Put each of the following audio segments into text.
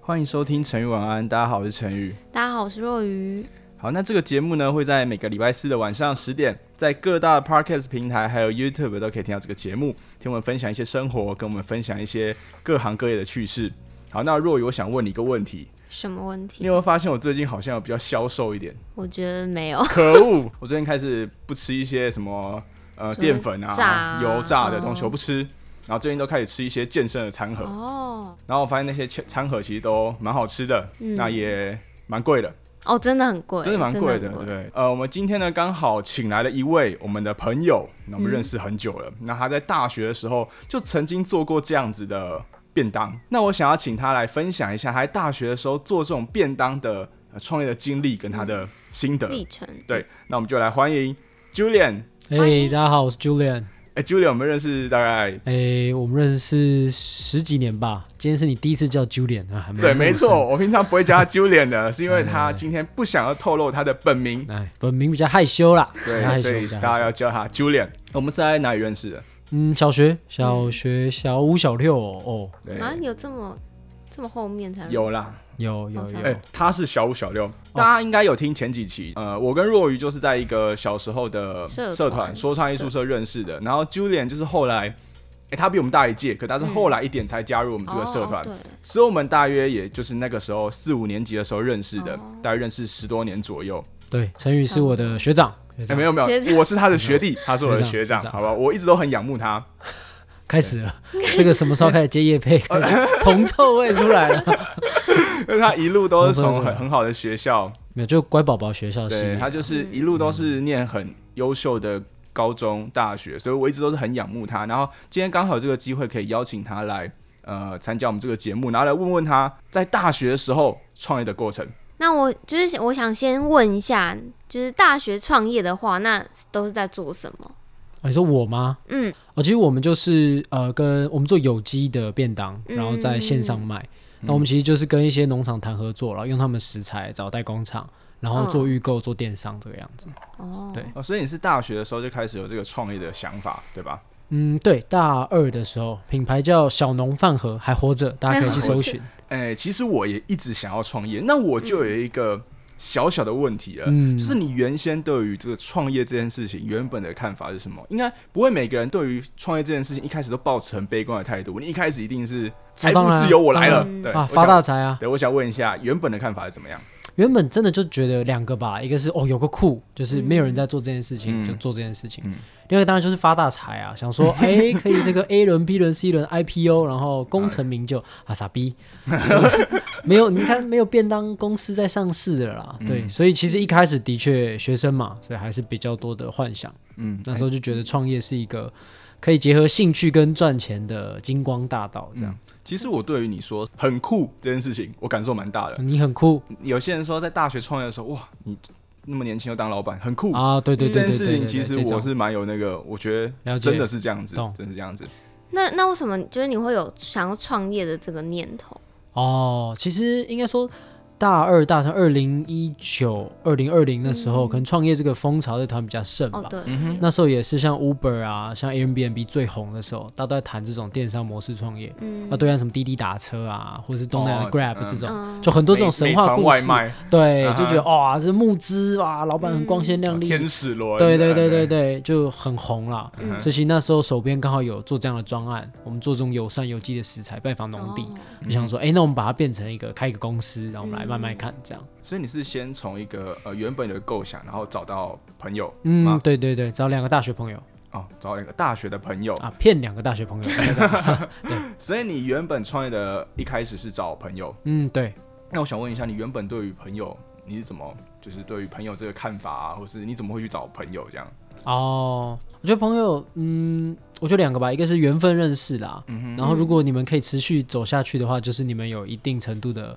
欢迎收听成语晚安，大家好，我是陈宇。大家好，我是若愚。好，那这个节目呢会在每个礼拜四的晚上十点，在各大 podcast 平台还有 YouTube 都可以听到这个节目，听我们分享一些生活，跟我们分享一些各行各业的趣事。好，那若雨，我想问你一个问题，什么问你题？有没有发现我最近好像有比较消瘦一点？我觉得没有。可恶！我最近开始不吃一些什么呃什么淀粉炸啊油炸的东西，哦我不吃。然后最近都开始吃一些健身的餐盒，哦然后我发现那些餐餐盒其实都蛮好吃的，嗯那也蛮贵的，哦，真的很贵，真的蛮贵的，很对。呃，我们今天呢刚好请来了一位我们的朋友，那我们认识很久了。那他在大学的时候就曾经做过这样子的便当。那我想要请他来分享一下他在大学的时候做这种便当的呃创业的经历跟他的心得。历程。对，那我们就来欢迎 Julian。哎、欢迎大家好，我是 Julian。哎、j u l i a n 我们认识大概哎、我们认识十几年吧，今天是你第一次叫 Julian 啊，还蛮 对，没陌生错，。我平常不会叫他 Julian 的，是因为他今天不想要透露他的本名，哎，本名比较害羞啦，比较对，害所羞，比以较大家害羞。要叫他 Julian。我们是在哪里认识的？嗯，小学，小学嗯小五、小六哦，哦对，啊，有这么这么后面才有，啦，有有好有惨哎、他是小五小六，哦大家应该有听前几期。呃，我跟若愚就是在一个小时候的社团社团说唱艺术社认识的，然后 Julian 就是后来，哎、他比我们大一届，可他是后来一点才加入我们这个社团。哦、所以我们大约也就是那个时候四五年级的时候认识的，哦大约认识十多年左右。对，陈宇是我的学长，学哎、长没有没学有，长我是他的学弟，他是我的学学长长，好吧，我一直都很仰慕他。开始了，哎这个什么时候开始接叶配？开始 铜臭味出来了，因为他一路都是我不从知道很很好的学校，没有，就乖宝宝学校系对列他就是一路都是念很优秀的高中、大学，所以我一直都是很仰慕他。然后今天刚好有这个机会可以邀请他来，呃，参加我们这个节目，然后来问问他在大学的时候创业的过程。那我就是想我想先问一下，就是大学创业的话，那都是在做什么？哦你说我吗？嗯，哦，其实我们就是呃，跟我们做有机的便当，然后在线上卖。嗯那我们其实就是跟一些农场谈合作，然后用他们食材找代工厂，然后做预购、做电商这个样子。哦，对哦，所以你是大学的时候就开始有这个创业的想法，对吧？嗯，对，大二的时候，品牌叫小农饭盒，还活着，大家可以去搜寻。哎、其实我也一直想要创业，那我就有一个小小的问题了，嗯就是你原先对于这个创业这件事情原本的看法是什么？应该不会每个人对于创业这件事情一开始都抱持很悲观的态度，你一开始一定是财富啊当然自由我来了，当然对，啊，我发想大财啊！对，我想问一下原本的看法是怎么样？原本真的就觉得两个吧，一个是哦有个酷，就是没有人在做这件事情，嗯就做这件事情；，嗯另外一个当然就是发大财 啊，想说哎、可以这个 A 轮、B 轮、C 轮 IPO，然后功成名哎就啊傻逼， 没有你看没有便当公司在上市的啦，嗯对，所以其实一开始的确学生嘛，所以还是比较多的幻想，嗯，那时候就觉得创业是一个可以结合兴趣跟赚钱的金光大道，这样、其实我对于你说很酷这件事情，我感受蛮大的。你很酷有些人说在大学创业的时候，哇，你那么年轻就当老板，很酷。啊，对对这件对对事对情对，其实对这我种是蛮有那个，我觉得了解真的是这样子懂，真的是这样子。那那为什么就是你会有想要创业的这个念头？哦，其实应该说大二、大三，二零一九、二零二零那时候，可能创业这个风潮在台湾比较盛吧。嗯哦，对，那时候也是像 Uber 啊，像 Airbnb 最红的时候，大家都在谈这种电商模式创业。啊嗯那，对岸什么滴滴打车啊，或者是东南亚哦的 Grab 嗯这种，嗯就很多这种神话美美团故外事。卖，对，就觉得嗯哇，这募资哇，老板很光鲜亮丽。天使轮，对对对对对，就很红啦。嗯所以其实那时候手边刚好有做这样的专案，我们做这种友善有机的食材，拜访农地。哦就想说，哎、那我们把它变成一个开一个公司，然后我们来慢慢看这样。所以你是先从一个呃原本的构想，然后找到朋友嗯吗，对对对，找两个大学朋友哦，找两个大学的朋友，啊，骗两个大学朋友。所以你原本创业的一开始是找朋友。嗯，对，那我想问一下，你原本对于朋友你是怎么，就是对于朋友这个看法啊，或是你怎么会去找朋友这样？哦，我觉得朋友，嗯，我觉得两个吧，一个是缘分认识啦，然后如果你们可以持续走下去的话，就是你们有一定程度的，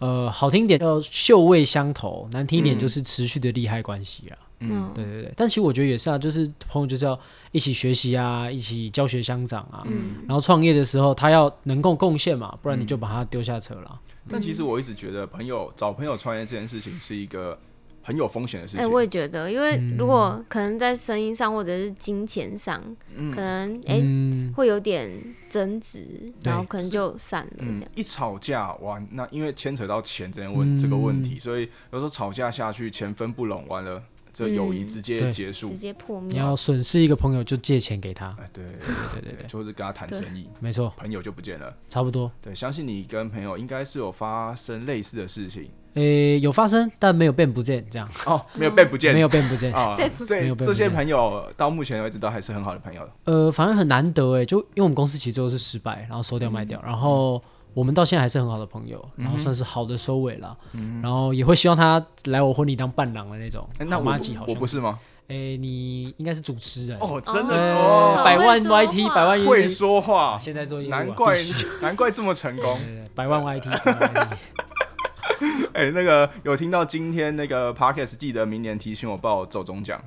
呃，好听点叫嗅味相投，难听一点就是持续的利害关系啦。嗯，对对对，但其实我觉得也是啊，就是朋友就是要一起学习啊，一起教学相长啊。嗯然后创业的时候，他要能够贡献嘛，不然你就把他丢下车了。但其实我一直觉得朋友找朋友创业这件事情是一个。很有风险的事哎、情。我也觉得，因为嗯如果可能在声音上或者是金钱上，可能哎、嗯，会有点争执，对然后可能就散了这嗯样。，一吵架完，那因为牵扯到钱这件问、这个问题，所以有时候吵架下去，钱分不拢，完了这友谊嗯直接对结束直。接破你灭，要损失一个朋友就借钱给他，哎，对对对对，对，就是跟他谈对生意，没错，朋友就不见了。差不多。对，相信你跟朋友应该是有发生类似的事情诶，有发生，但没有变不见，这样哦，没有被不见，没有变不见。 啊，所没以有被这不些见朋友到目前为止都还是很好的朋友。呃，反而很难得哎，就因为我们公司其实最后是失败，然后收掉卖掉，然后我们到现在还是很好的朋友，然后算是好的收尾了，然后也会希望他来我婚礼当伴郎的那种。哎嗯那好我妈吉好我兄不是吗？弟，哎，你应该是主持人，哦，真的呃好哦，百万会说 YT，话百万 YT，会说话，现在做业务啊，难怪必须难怪这么成功对。对对 百万 YT，百万 YT 哎、那个有听到今天那个 podcast，记得明年提醒我报走中奖，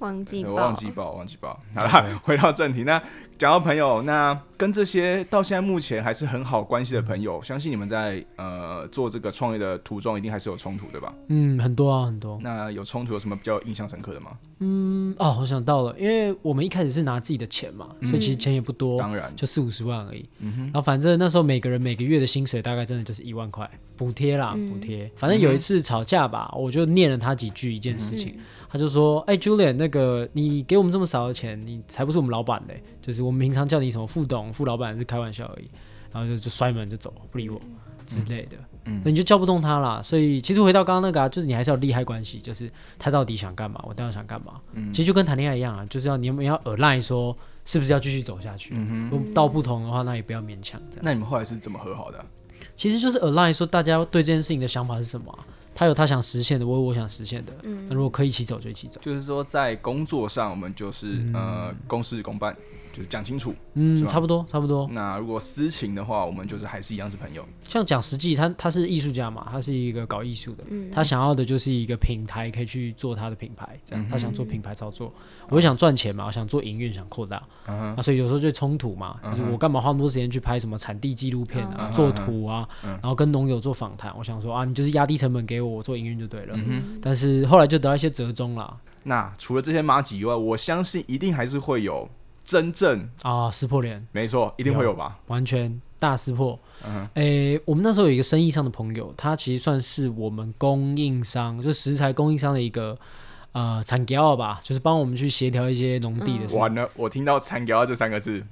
忘记我报，忘记报，忘记报。好啦，回到正题，那讲到朋友，那跟这些到现在目前还是很好关系的朋友，相信你们在呃做这个创业的途中，一定还是有冲突，对吧？嗯，很多啊，很多。那有冲突有什么比较印象深刻的吗？嗯，哦，我想到了，因为我们一开始是拿自己的钱嘛，所以其实钱也不多，嗯当然，嗯就四五十万而已。然后反正那时候每个人每个月的薪水大概真的就是一万块补贴啦，嗯补贴。反正有一次吵架吧，嗯我就念了他几句一件事嗯情，他就说：“哎、j u l i a n 那个你给我们这么少的钱，你才不是我们老板嘞、就是我们平常叫你什么副董、副老板是开玩笑而已。”然后就就摔门就走，不理我之类的。嗯，你就叫不动他啦。所以其实回到刚刚那个啊，就是你还是要有利害关系，就是他到底想干嘛，我到底想干嘛。其实就跟谈恋爱一样啊，就是要你们要 align 说是不是要继续走下去。嗯如果道不同的话，那也不要勉强这样。那你们后来是怎么和好的啊、其实就是 align 说大家对这件事情的想法是什么啊、他有他想实现的，我有我想实现的。嗯，那如果可以一起走就一起走。就是说在工作上，我们就是、呃公事公办，就是讲清楚。嗯，吧差不多，差不多。那如果私情的话，我们就是还是一样是朋友。像讲实际，他他是艺术家嘛，他是一个搞艺术的，他想要的就是一个平台可以去做他的品牌，嗯这样、他想做品牌操作，我想赚钱嘛，我想做营运，想扩大，嗯啊，所以有时候就冲突嘛，就是我干嘛花那么多时间去拍什么产地纪录片啊，做图啊，嗯然后跟农友做访谈，我想说啊，你就是压低成本给我，我做营运就对嗯了，但是后来就得到一些折中啦，那除了这些妈吉以外，我相信一定还是会有真正，啊，撕破脸，没错，一定会有吧？完全大撕破。嗯诶、我们那时候有一个生意上的朋友，他其实算是我们供应商，就食材供应商的一个呃产业吧，就是帮我们去协调一些农地的事。完了，我听到“残聊”这三个字，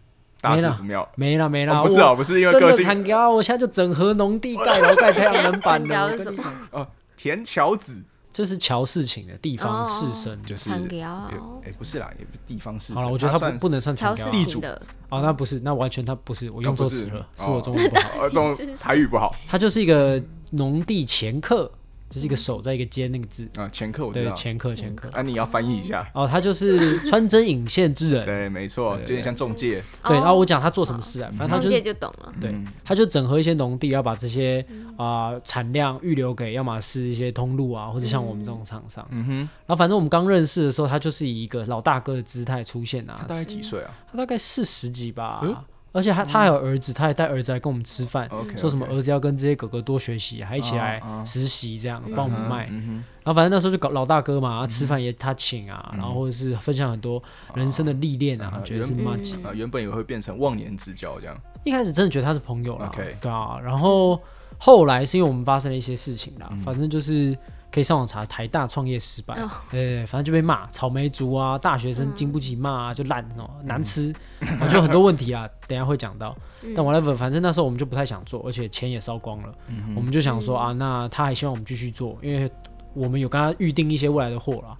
大没事了不妙。没啦没啦，哦不是我哦，不是因为真个的性 产业，我现在就整合农地盖楼盖太阳 能板产了。业是我跟什你么讲哦，田乔子这是乔事情的地方哦士绅。就是长条啊哎哎不是啦，也不是地方事。好了，我觉得他算不不能算产超业市啊。地情主的，哦，那不是，那完全他不是，我用哦不错是词了，是哦我中 文不好。呃这种台语不好他就是一个农地掮客，就是一个手在一个尖那个字，啊。前客我知对，道，掮客掮客。啊，你要翻译一下。哦，他就是穿针引线之人。 对，没错，就有点像中介。对，哦然后我讲他做什么嗯事啊？反正他中就介是就懂了。对，他就整合一些农地，要把这些嗯啊、呃产量预留给，要么是一些通路啊，或者像我们这种厂商。嗯哼，然后反正我们刚认识的时候，他就是以一个老大哥的姿态出现啊他，大概几岁啊他大概四十几吧。嗯而且他他还有儿子，他还带儿子来跟我们吃饭 OK，说什么 OK 儿子要跟这些哥哥多学习，还一起来啊啊实习这样帮我们卖。嗯然后反正那时候就搞老大哥嘛，啊吃饭也他请啊，然后或者是分享很多人生的历练啊，觉得是妈吉。哼，啊，原本以为会变成忘年之交这样。一开始真的觉得他是朋友啦 OK 对啊。然后后来是因为我们发生了一些事情啦，反正就是可以上网查台大创业失败，哦对，反正就被骂草莓族啊，大学生经不起骂啊，就烂哦，难吃，我就很多问题啊，等一下会讲到。但 whatever，反正那时候我们就不太想做，而且钱也烧光了，我们就想说啊，那他还希望我们继续做，因为。我们有跟他预定一些未来的货啦，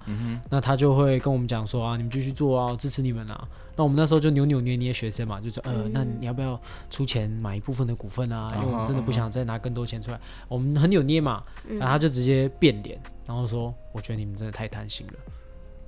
那他就会跟我们讲说啊，你们继续做啊，我支持你们啊。那我们那时候就扭扭捏捏学生嘛，就说呃，那你要不要出钱买一部分的股份啊？因为我们真的不想再拿更多钱出来，我们很扭捏嘛。然后他就直接变脸，然后说：“我觉得你们真的太贪心了，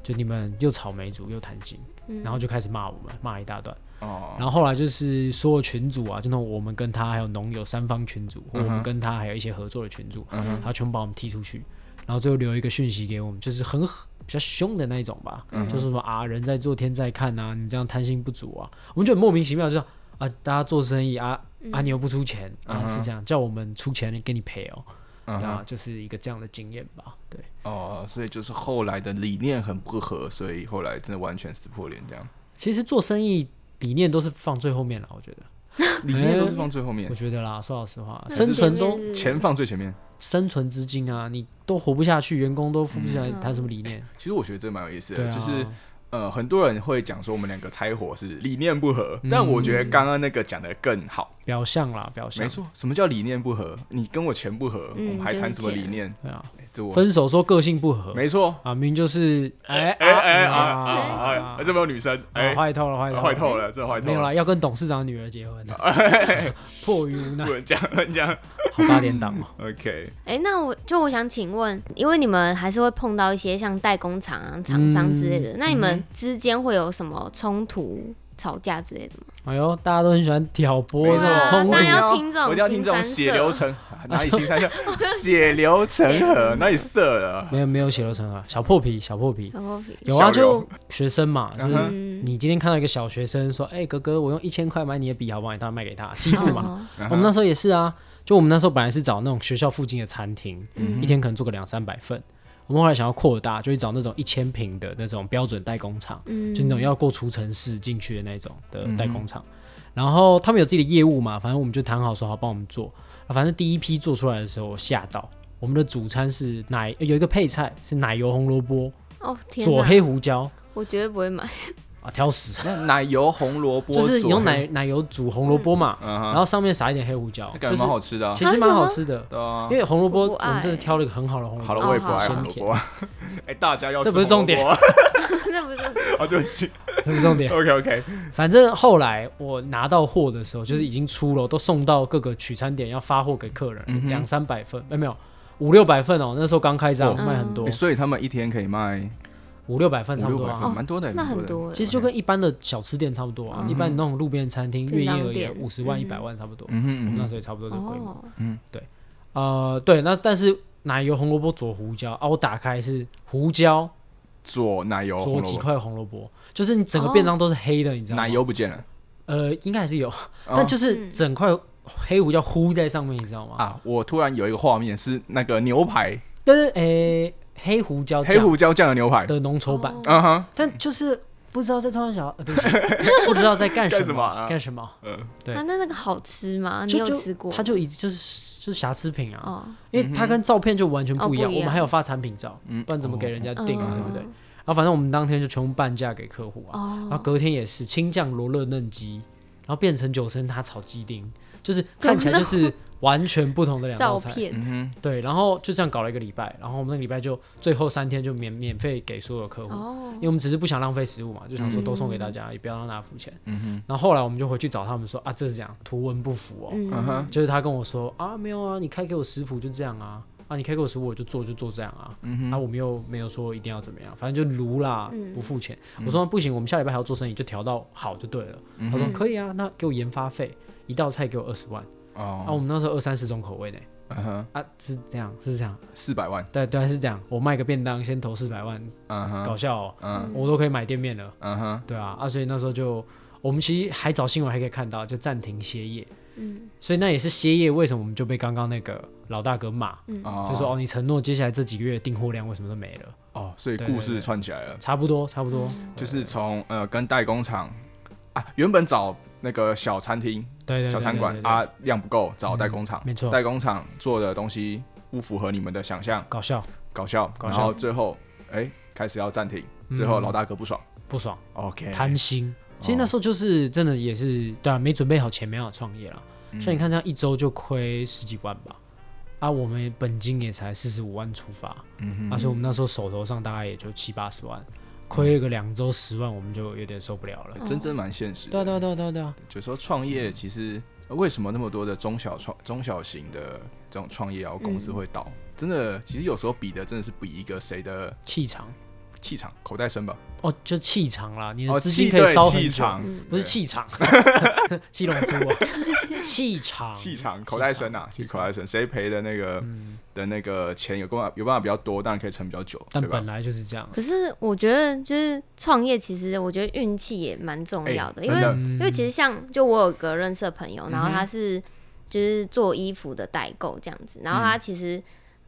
就你们又草莓族又贪心。”然后就开始骂我们，骂一大段。哦，然后后来就是所有群主啊，就那种我们跟他还有农友三方群主，嗯或我们跟他还有一些合作的群主，然后全部把我们踢出去，然后最后留一个讯息给我们，就是很比较凶的那一种吧，嗯就是什么啊人在做天在看啊，你这样贪心不足啊，我们就很莫名其妙，就说啊大家做生意啊啊你又不出钱啊是这样，叫我们出钱给你赔哦。嗯对哼啊，就是一个这样的经验吧。对，哦，所以就是后来的理念很不合，所以后来真的完全撕破脸这样。其实做生意理念都是放最后面了，我觉得，理念都是放最后面我，觉得啦，说老实话，那生前存面都是钱放最前面。生存之金啊，你都活不下去，员工都付不起嗯来，谈什么理念？其实我觉得这蛮有意思对的，啊，哎就是呃，很多人会讲说我们两个拆伙是理念不合，嗯但我觉得刚刚那个讲的更好。表象啦，表象没，错，什么叫理念不合？你跟我钱不合，嗯我们还谈什么理念？对啊，哎这我分手说个性不合，没错。啊，明明就是哎哎哎啊啊啊啊啊哎啊哎！这没有女生，哎啊，坏透了，坏透了，坏透了，哎这坏透没有了。啦，要跟董事长的女儿结婚，啊 迫于无 奈不，能讲，不能讲。好八点档哦。 OK，哎、那我就我想请问，因为你们还是会碰到一些像代工厂啊、厂商之类嗯的，那你们之间会有什么冲突、吵架之类的吗？哎呦，大家都很喜欢挑拨没这错种冲突当，然啊要我一听这要种我一定要听这种新血三色流成哪里新三 色？血流成河，哪里色了？没有没有血流成河，小破皮，小破皮。然后比有啊，小流就学生嘛，就嗯是哼嗯，你今天看到一个小学生说：“哎、哥哥，我用一千块买你的笔，好不好？”你当然卖给他，欺负嘛。哦嗯我们那时候也是啊，就我们那时候本来是找那种学校附近的餐厅，嗯一天可能做个两三百份。我们后来想要扩大，就去找那种一千平的那种标准代工厂，嗯就那种要过除城市进去的那种的代工嗯厂。然后他们有自己的业务嘛，反正我们就谈好说好帮我们做。啊反正第一批做出来的时候，我吓到。我们的主餐是奶，呃有一个配菜是奶油红萝卜、哦天左哪，黑胡椒我绝对不会买， 啊，挑食。那奶油红萝卜就是你左用右，奶 奶油煮红萝卜嘛，嗯哼然后上面撒一点黑胡椒，那就感是觉蛮好吃的啊。其实蛮好吃的。对啊因为红萝卜，我不我爱们这是挑了一个很好的红好萝了，哦卜，我也不爱好红萝卜啊。 哎，大家要这吃不是红重点萝卜啊 那不是哦，对不起。这是重点。 OK OK，反正后来我拿到货的时候，就是已经出了，都送到各个取餐点要发货给客人，嗯两三百份，哎没有五六百份哦，那时候刚开张哦卖很多欸，所以他们一天可以卖五六百份五差不六多百啊。份，蛮多的，那蛮很的。多欸，其实就跟一般的小吃店差不多嗯啊，一般你那种路边餐厅，月便当营业额店啊五十万一嗯百万差不多，嗯哼我嗯们那哼，时候也差不多这个规模。哦，呃，对，那但是奶油红萝卜佐胡椒啊，我打开是胡椒做奶油佐哦红几萝卜，块红萝卜，就是你整个哦便当都是黑的，你知道吗？奶油不见了呃，应该还是有，哦但嗯就是整块黑胡椒糊在上面，你知道吗？啊！我突然有一个画面是那个牛排，但是诶、黑胡椒黑酱胡椒酱的牛排，的浓稠哦版，嗯哼，但就是不知道在创小、呃，对 不起，不知道在干干什什么啊干什么，对啊，那那个好吃吗？你就有就吃过？它就一就是就是瑕疵品啊，哦，因为它跟照片就完全不一哦样，不一我样们还有发产品照，嗯不然怎么给人家订啊，对不对？嗯？然后反正我们当天就全部半价给客户啊，然后哦，隔天也是青酱罗勒嫩鸡，然后变成九层塔炒鸡丁，就是怎么看起来就是完全不同的两道 照菜。片嗯哼，对，然后就这样搞了一个礼拜，然后我们那个礼拜就最后三天就免免费给所有客户，哦因，为我们只是不想浪费食物嘛，就想说都送给大家，也不要让大家付钱。然后后来我们就回去找他们说啊，这是这样，图文不符哦，嗯哼，就是他跟我说啊，没有啊，你开给我食谱就这样啊，啊，你开给我食谱我就做就做这样啊，啊，我们又没有说一定要怎么样，反正就撸啦，不付钱。我说不行，我们下礼拜还要做生意，就调到好就对了。他说可以啊，那给我研发费，一道菜给我二十万，啊，我哦，们那时候二三十种口味呢，嗯哼，啊，是这样是这样，四百万，对对是这样，我卖个便当先投四百万，嗯哼，搞笑哦，嗯我都可以买店面了。嗯哼，对啊，啊，所以那时候就我们其实还找新闻还可以看到，就暂停歇业，嗯，所以那也是歇业，为什么我们就被刚刚那个老大哥骂，哦，就说哦，你承诺接下来这几个月的订货量为什么都没了？哦，所以对故对事对串起来了，差不多，差不多，就是从呃跟代工厂啊，原本找那个小餐厅、对对对小餐馆，对对对嗯啊，量不够，找代工厂，没错代工厂做的东西不符合你们的想象，搞笑搞笑，搞然笑后最后哎开始要暂停，最后老大哥不爽不爽， ，OK，贪心。哎其哦实那时候就是真的也是对啊，没准备好钱，没办法创业了。嗯像你看这样一周就亏十几万吧，啊，我们本金也才四十五万出发，嗯啊，所以我们那时候手头上大概也就七八十万，亏了个两周十万，我们就有点受不了了。哼，真真蛮现实对啊的，对啊对啊对啊对啊，就说创业其实呃为什么那么多的中小创中小型的这种创业啊公司会倒，嗯真的其实有时候比的真的是比一个谁的气场气场、口袋深吧，哦，就气场啦，你哦，的资金气可以对烧很气久，嗯场，不是对 气场，七龙珠啊，气场，气场、口袋深啊，其气嗯实口袋深，谁赔的那个、的那个钱有办法有办法比较多，当然可以撑比较久，对但吧本？来就是这样，可是我觉得，就是创业，其实我觉得运气也蛮重哎要的，因真为的因为其实像就我有个认识的朋友，然后他是就是做衣服的代购这样子。然后他其实、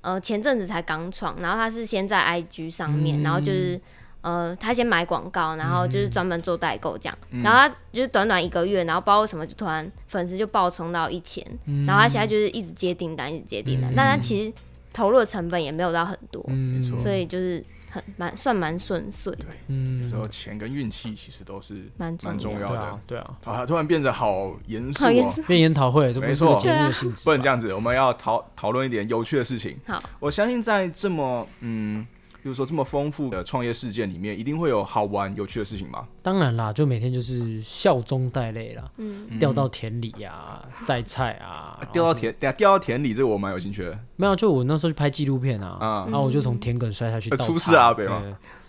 呃前阵子才刚创，然后他是先在 IG 上面，然后就是呃他先买广告，然后就是专门做代购这样。然后他就是短短一个月，然后不知道为什么就突然粉丝就爆冲到一千，然后他现在就是一直接订单，一直接订单，但他其实投入的成本也没有到很多，嗯没错，所以就是很蛮算蛮顺遂。有嗯，时候钱跟运气其实都是蛮重蛮重要要对的啊。，对啊，啊，突然变得好严肃好严哦肃。变研讨会，这不没是这错个节目的性质吧。不能这样子，我们要讨讨论一点有趣的事情。好，我相信在这么嗯，比如说这么丰富的创业事件里面，一定会有好玩有趣的事情吧？当然啦，就每天就是笑中带泪啦，嗯，掉到田里呀，摘菜啊，然后掉到田，等下掉到田里，这个我蛮有兴趣的。没有，就我那时候去拍纪录片啊，啊然后我就从田埂摔下去呃倒插，出事啊北吗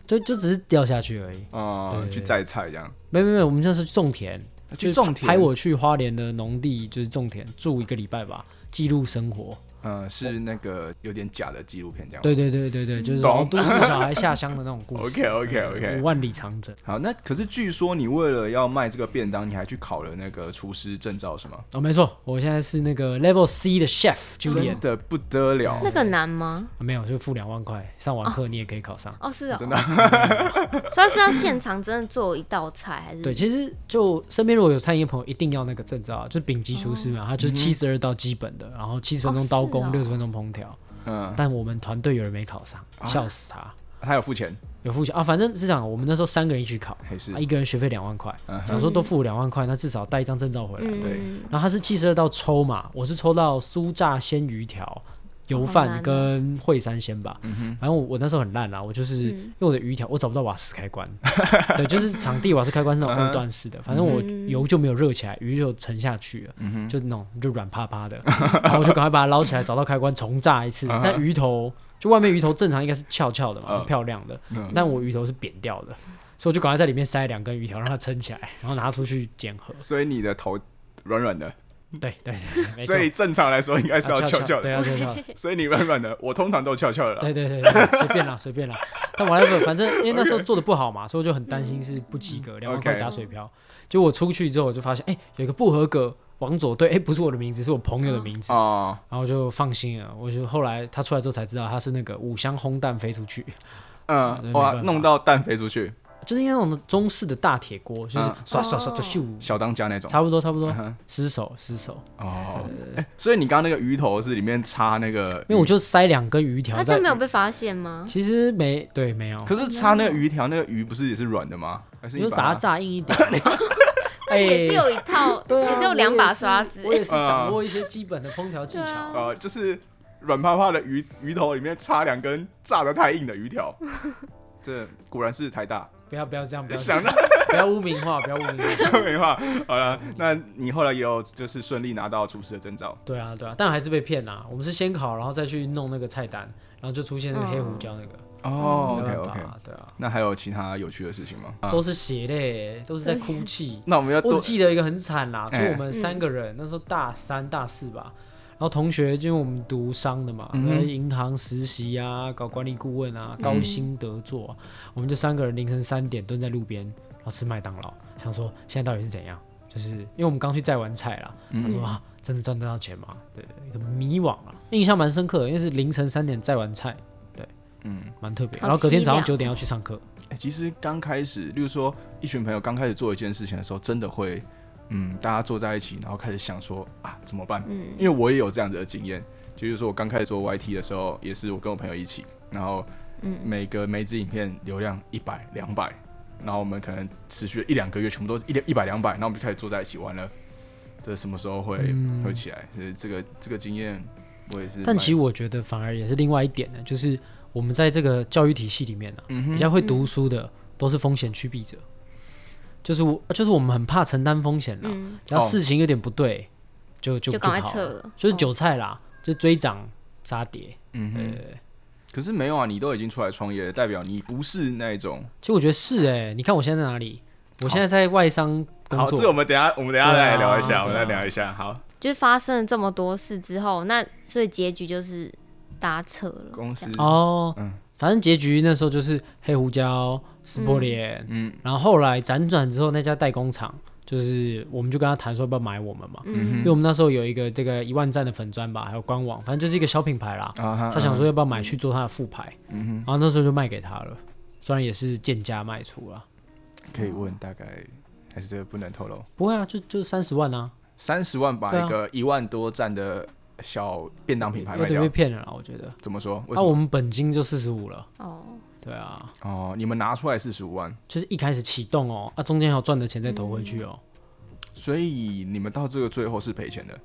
对，就就只是掉下去而已。啊、对去摘菜这样，没有没有没有，我们那时候去种田，去种就是田。拍我去花莲的农地，就是种田，住一个礼拜吧，记录生活。嗯，是那个有点假的纪录片这样。对对对对对，就是懂老都市小孩下乡的那种故事。 OK，OK，OK 嗯五万里长征。好，那可是据说你为了要卖这个便当，你还去考了那个厨师证照是吗？哦，没错，我现在是那个 Level C 的 Chef 真 Julian，的不得了那，个难吗？啊没有，就付两万块，上完课你也可以考上。哦，是哦，真的， 所以是要现场真的做一道菜还是？对，，其实就身边如果有餐饮朋友，一定要那个证照啊，就是丙级厨师嘛，他就是七十二道基本的，然后七十分钟哦刀是哦工，六十分钟烹调。嗯，啊但我们团队有人没考上，笑死他。他有付钱，有付钱啊，反正是这样，我们那时候三个人一起考，还是啊，一个人学费两万块嗯，想说都付两万块，那至少带一张证照回来。对嗯，然后他是七十二道抽嘛，我是抽到酥炸鲜鱼条、好油难饭哦跟烩三鲜吧。反正我我那时候很烂啊啦，我就是嗯因为我的鱼条我找不到瓦斯开关， 对，就是场地瓦斯开关是那种二段式的，反正我嗯油就没有热起来，鱼就沉下去了，就那种就软趴趴的，然后我就赶快把它捞起来，找到开关重炸一次，但鱼头。就外面鱼头正常应该是翘翘的嘛，嗯很漂亮的嗯，但我鱼头是扁掉的，所以我就赶快在里面塞两根鱼条，让它撑起来，然后拿出去煎合。所以你的头软软的，对对，对没错所。以正常来说应该是要啊翘翘的，对，要翘翘的，所以你软软的，我通常都翘翘的啦。对对对，对随便啦，随便啦。但 whatever，反正因为那时候做的不好嘛，所以我就很担心是不及格，两万块 OK 打水漂。结果我出去之后，我就发现，哎，有一个不合格，往左对，哎，不是我的名字，是我朋友的名字，哦，然后我就放心了。我就后来他出来之后才知道，他是那个五香烘蛋飞出去，嗯，对哇，没办法弄到蛋飞出去，就是应该那种中式的大铁锅，就是嗯刷刷刷就咻，小当家那种。差不多差不多，失手失手，哦，哎所以你刚刚那个鱼头是里面插那个，因为我就塞两根鱼条那在这。没有被发现啊吗？其实没对没有，可是插那个鱼条，那个鱼不是也是软的吗？还是你你就把它炸硬一点。哎也是有一套， 对啊，也是有两把刷子我。也是我也是掌握一些基本的烹调技对巧啊。呃，就是软趴趴的鱼鱼头里面插两根炸的太硬的鱼 条，这果然是台大。不要不要这样，不要这想样到不要污名化，不要污名化。没话，好了，那你后来也有就是顺利拿到厨师的证照，对啊对啊，但还是被骗啦。我们是先烤，然后再去弄那个菜单，然后就出现那个黑胡椒那个。哦没，OK 办法 OK，啊对啊，那还有其他有趣的事情吗？啊都是血泪，都是在哭泣。那我们要我多只记得一个很惨啦，就哎我们三个人、那时候大三大四吧，然后同学就因为我们读商的嘛，嗯在、哼嗯银行实习啊，搞管理顾问啊，高薪得做、啊我们就三个人凌晨三点蹲在路边，然后吃麦当劳，想说现在到底是怎样？就是因为我们刚去摘完菜啦，嗯他说啊，真的赚得到钱吗？对，一个迷惘啊，印象蛮深刻的，因为是凌晨三点摘完菜，对，嗯，蛮特别。好然后隔天早上凄凉九点要去上课，欸，其实刚开始，例如说一群朋友刚开始做一件事情的时候，真的会，嗯，大家坐在一起，然后开始想说啊怎么办？嗯，因为我也有这样子的经验，就比如说我刚开始做 YT 的时候，也是我跟我朋友一起，然后每个每一支影片流量一百两百，然后我们可能持续了一两个月，全部都是一两一百两百，然后我们就开始坐在一起玩了。这什么时候会、会起来？所以这个这个经验我也是蛮，嗯但其实我觉得反而也是另外一点呢，就是我们在这个教育体系里面呢、嗯哼比较会读书的都是风险趋避者，就是我就是我们很怕承担风险啦，嗯，只要哦事情有点不对，就就就赶快跑撤哦了，了，就是韭菜啦，就追涨杀跌。嗯呃，哼，可是没有啊，你都已经出来创业了，代表你不是那种其实我觉得是哎、你看我现在在哪里？我现在在外商工好，这我作，们等一下我们等一下来聊一对下，啊我们再对啊聊一下。好，就是发生了这么多事之后，那所以结局就是搭撤了。公司哦，嗯反正结局那时候就是黑胡椒、斯波莲，嗯然后后来辗转之后，那家代工厂就是我们就跟他谈说要不要买我们嘛，嗯因为我们那时候有一个这个一万赞的粉砖吧，还有官网，反正就是一个小品牌啦。啊嗯哈，他想说要不要买去做他的副牌，然后那时候就卖给他了，虽然也是贱价卖出了，可以问大概还是这个不能透露，不会啊，就就三十万啊，三十万把对啊一个一万多站的小便当品牌有卖点被掉，骗了啦，我觉得。怎么说？为那、什我么？们本金就四十五了，哦，对啊，哦，你们拿出来四十五万，就是一开始启动哦，啊，中间还有赚的钱再投回去哦，所以你们到这个最后是赔钱的。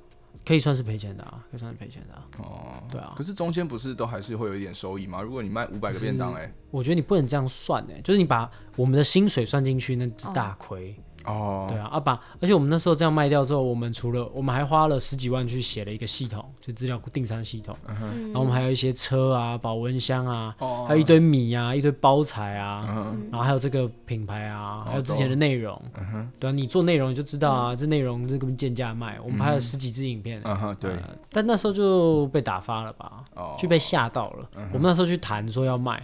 可以算是赔钱的啊，可以算是赔钱的啊，哦，对啊可。是中间不是都还是会有一点收益吗？如果你卖五百个便当、哎，我觉得你不能这样算呢，就是你把我们的薪水算进去，那是大亏。对哦，啊，啊把，而且我们那时候这样卖掉之后，我们除了我们还花了十几万去写了一个系统，就资料库订餐系统，然后我们还有一些车啊、保温箱啊，嗯哦还有一堆米啊、一堆包材啊，嗯哦然后还有这个品牌啊，还有之懂嗯前的内容，对啊，你做内容你就知道啊，这内容这根本贱价卖，我们拍了十几支影片，嗯哼，对，呃但那时候就被打发了吧，哦，嗯就被吓到了。我们那时候去谈说要卖，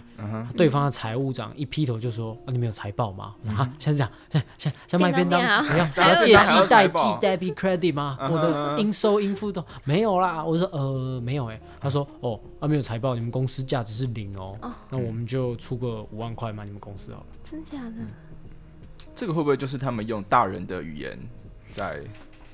对方的财务长一劈头就说：“啊，你们有财报吗？”嗯我说啊，现在这样，现现现在卖便便当当店啊，你要还你要有报财借借贷财借报嗯 debit credit 吗？我的应收应付都没有啦。我说呃没有哎，他说哦啊没有财报，你们公司价值是零哦，那我们就出个五万块买你们公司好了。真假的？这个会不会就是他们用大人的语言在？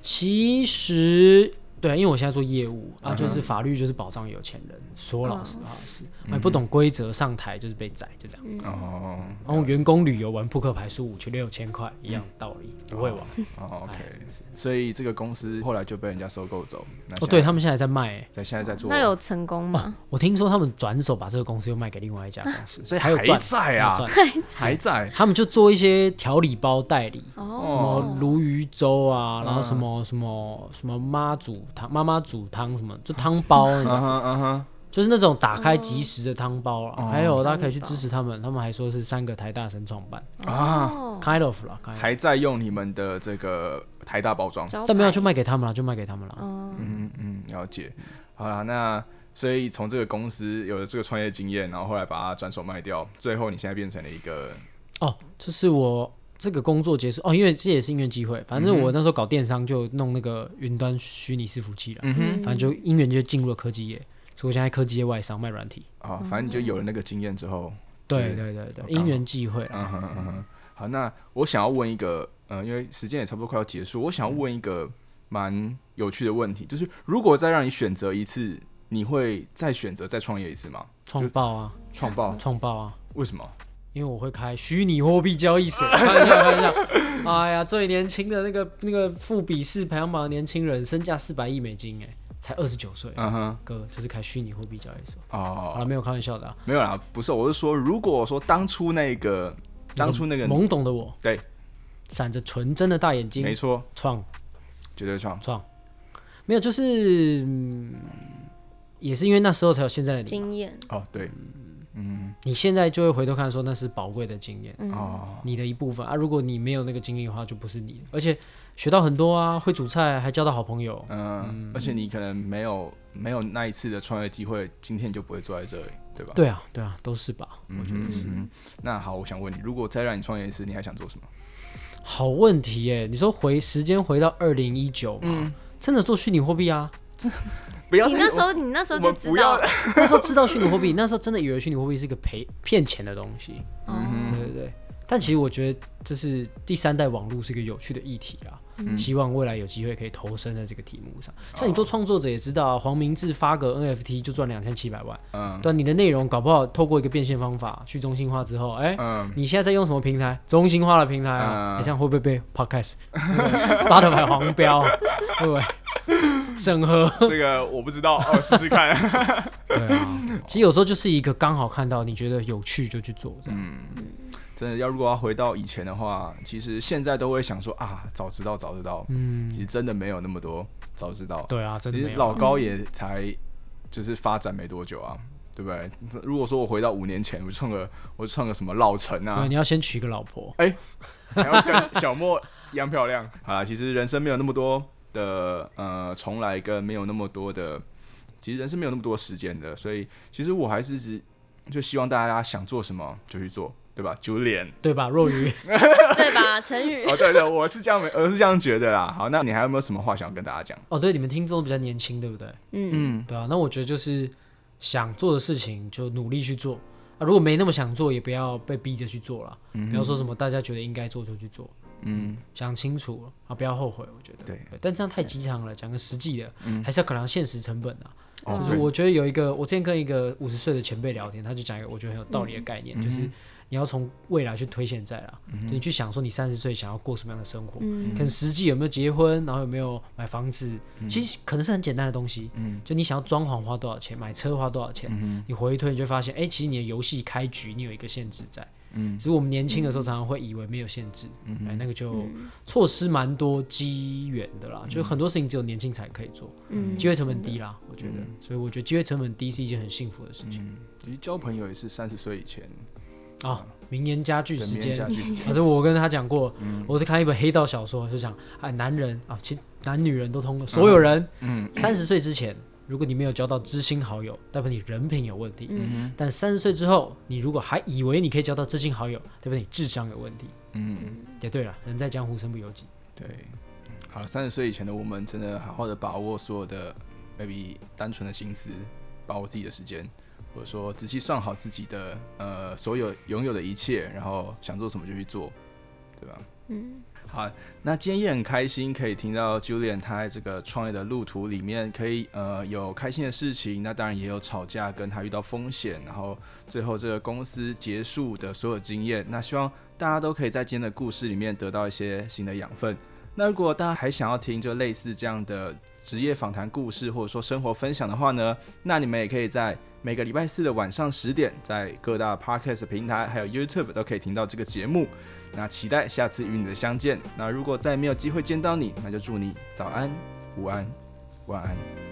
其实对，因为我现在做业务啊，就是法律就是保障有钱人。说老实话是，啊不懂规则上台就是被宰，就这样。哦然后员工旅游玩扑克牌输五千六千块，一样道理，不会玩。哦，OK，哎真是所以这个公司后来就被人家收购走。那哦，现在对，他们现在还在卖、欸，在现在在做，那有成功吗？我听说他们转手把这个公司又卖给另外一家公司，所以还有赚在啊还有，还在他们就做一些调理包代理，什哦，么鲈鱼粥啊，然后什么什么什么妈煮汤、妈妈煮汤什么，就汤包那嗯种，哼嗯哼，就是那种打开即食的汤包啊。还有大家可以去汤包支持他们，他们还说是三个台大神创办啊， ，kind of 啦，kind of，还在用你们的这个台大包装。招但没有牌就卖给他们了，就卖给他们了。哦，嗯嗯，了解。好啦，那所以从这个公司有了这个创业经验，然后后来把它转手卖掉，最后你现在变成了一个哦，这是我这个工作结束哦，因为这也是因缘机会，反正我那时候搞电商就弄那个云端虚拟伺服器了，嗯反正就因缘就进入了科技业，所以我现在科技业外商卖软体。啊，反正你就嗯有了那个经验之后，对对对对，好因缘际会啦。嗯哼嗯哼。好，那我想要问一个，呃，因为时间也差不多快要结束，我想要问一个蛮有趣的问题，就是如果再让你选择一次，你会再选择再创业一次吗？创爆啊，创爆？创爆啊！为什么？因为我会开虚拟货币交 易所，看一下看一下，哎呀，最年轻的那个那个富比士排行榜的年轻人，身价四百亿美金，哎，才二十九岁，嗯哼，哥就是开虚拟货币交易所。好哦，了，没有开玩笑的啊，没有啦，不是，我是说，如果说当初那个，当初那个，懵懂的我，对，闪着纯真的大眼睛没，错，创绝对创，创，没有，就是、嗯也是因为那时候才有现在的你嘛。经验哦，对，你现在就会回头看，说那是宝贵的经嗯验，哦，你的一部分啊。如果你没有那个经历的话，就不是你了。而且学到很多啊，会煮菜，还交到好朋友。嗯，而且你可能没有没有那一次的创业机会，今天你就不会坐在这里，对吧？对啊，对啊，都是吧？我觉得是、嗯，那好，我想问你，如果再让你创业一次，你还想做什么？好问题耶。你说回时间回到二零一九嘛，真的做虚拟货币啊？不要你再那时候，你那时候我就们知不要道， 那时候知道虚拟货币，那时候真的以为虚拟货币是一个赔骗钱的东西。嗯哦，对对对。但其实我觉得，这是第三代网络是一个有趣的议题啦。嗯希望未来有机会可以投身在这个题目上。哦像你做创作者也知道、啊，黄明志发个 NFT 就赚两千七百万。嗯对啊、你的内容搞不好透过一个变现方法去中心化之后，哎、嗯，你现在在用什么平台？中心化的平台啊，嗯你、这样会不会被 Podcast、Spotify 黄标？会 不会审核？ 这个我不知道，我试试看。对啊，其实有时候就是一个刚好看到你觉得有趣就去做这样。嗯真的要如果要回到以前的话，其实现在都会想说啊，早知道早知道，嗯，其实真的没有那么多早知道。对啊，真的其没有实啊。老高也才就是发展没多久啊，对不对？如果说我回到五年前，我创个我创个什么老陈啊对，，你要先娶一个老婆。还要跟 小莫一样漂亮。好啦，其实人生没有那么多的呃重来，跟没有那么多的，其实人生没有那么多时间的，所以其实我还是只就希望大家想做什么就去做，对吧？Julian，对吧？若愚，对吧？成语哦，对对，我是这样，我是这样觉得啦。好，那你还有没有什么话想要跟大家讲？哦，对，你们听众比较年轻，对不对？嗯，对啊，那我觉得就是想做的事情就努力去做啊，如果没那么想做，也不要被逼着去做了，不要说什么大家觉得应该做就去做，嗯，想清楚了啊，不要后悔，我觉得对嗯但这样太鸡汤了，讲个实际的，还是要考量现实成本啊。哦就是对我觉得有一个，我之前跟一个五十岁的前辈聊天，他就讲一个我觉得很有道理的概嗯念，就是你要从未来去推现在啦，就你去想说你三十岁想要过什么样的生活，嗯可能实际有没有结婚，然后有没有买房子，其实可能是很简单的东西，嗯就你想要装潢花多少钱，买车花多少钱，你回推你就会发现，哎、其实你的游戏开局你有一个限制在。嗯，只是我们年轻的时候常常会以为没有限制，嗯哎、那个就错失蛮多机缘的嗯啦。就很多事情只有年轻才可以做，嗯机会成本低啦，我觉得，嗯所以我觉得机会成本低是一件很幸福的事情其实交朋友也是三十岁以前，啊。名言佳句对时名言间佳，句时反正我跟他讲过，嗯我是看一本黑道小说，就讲啊，男人啊，其实男女人都通了，所有人，嗯三十岁之前，如果你没有交到知心好友，代表你人品有问题；嗯但三十岁之后，你如果还以为你可以交到知心好友，代表你智商有问题。嗯，也对了，人在江湖身不由己。对。好了，三十岁以前的我们，真的好好的把握所有的 maybe 单纯的心思，把握自己的时间，或者说仔细算好自己的呃所有拥有的一切，然后想做什么就去做，对吧？嗯，好，那今天也很开心，可以听到 Julian 他在这个创业的路途里面，可以呃有开心的事情，那当然也有吵架，跟他遇到风险，然后最后这个公司结束的所有经验。那希望大家都可以在今天的故事里面得到一些新的养分。那如果大家还想要听就类似这样的职业访谈故事，或者说生活分享的话呢，那你们也可以在每个礼拜四的晚上十点，在各大 podcast 平台还有 YouTube 都可以听到这个节目。那期待下次与你的相见。那如果再没有机会见到你，那就祝你早安、午安、晚安，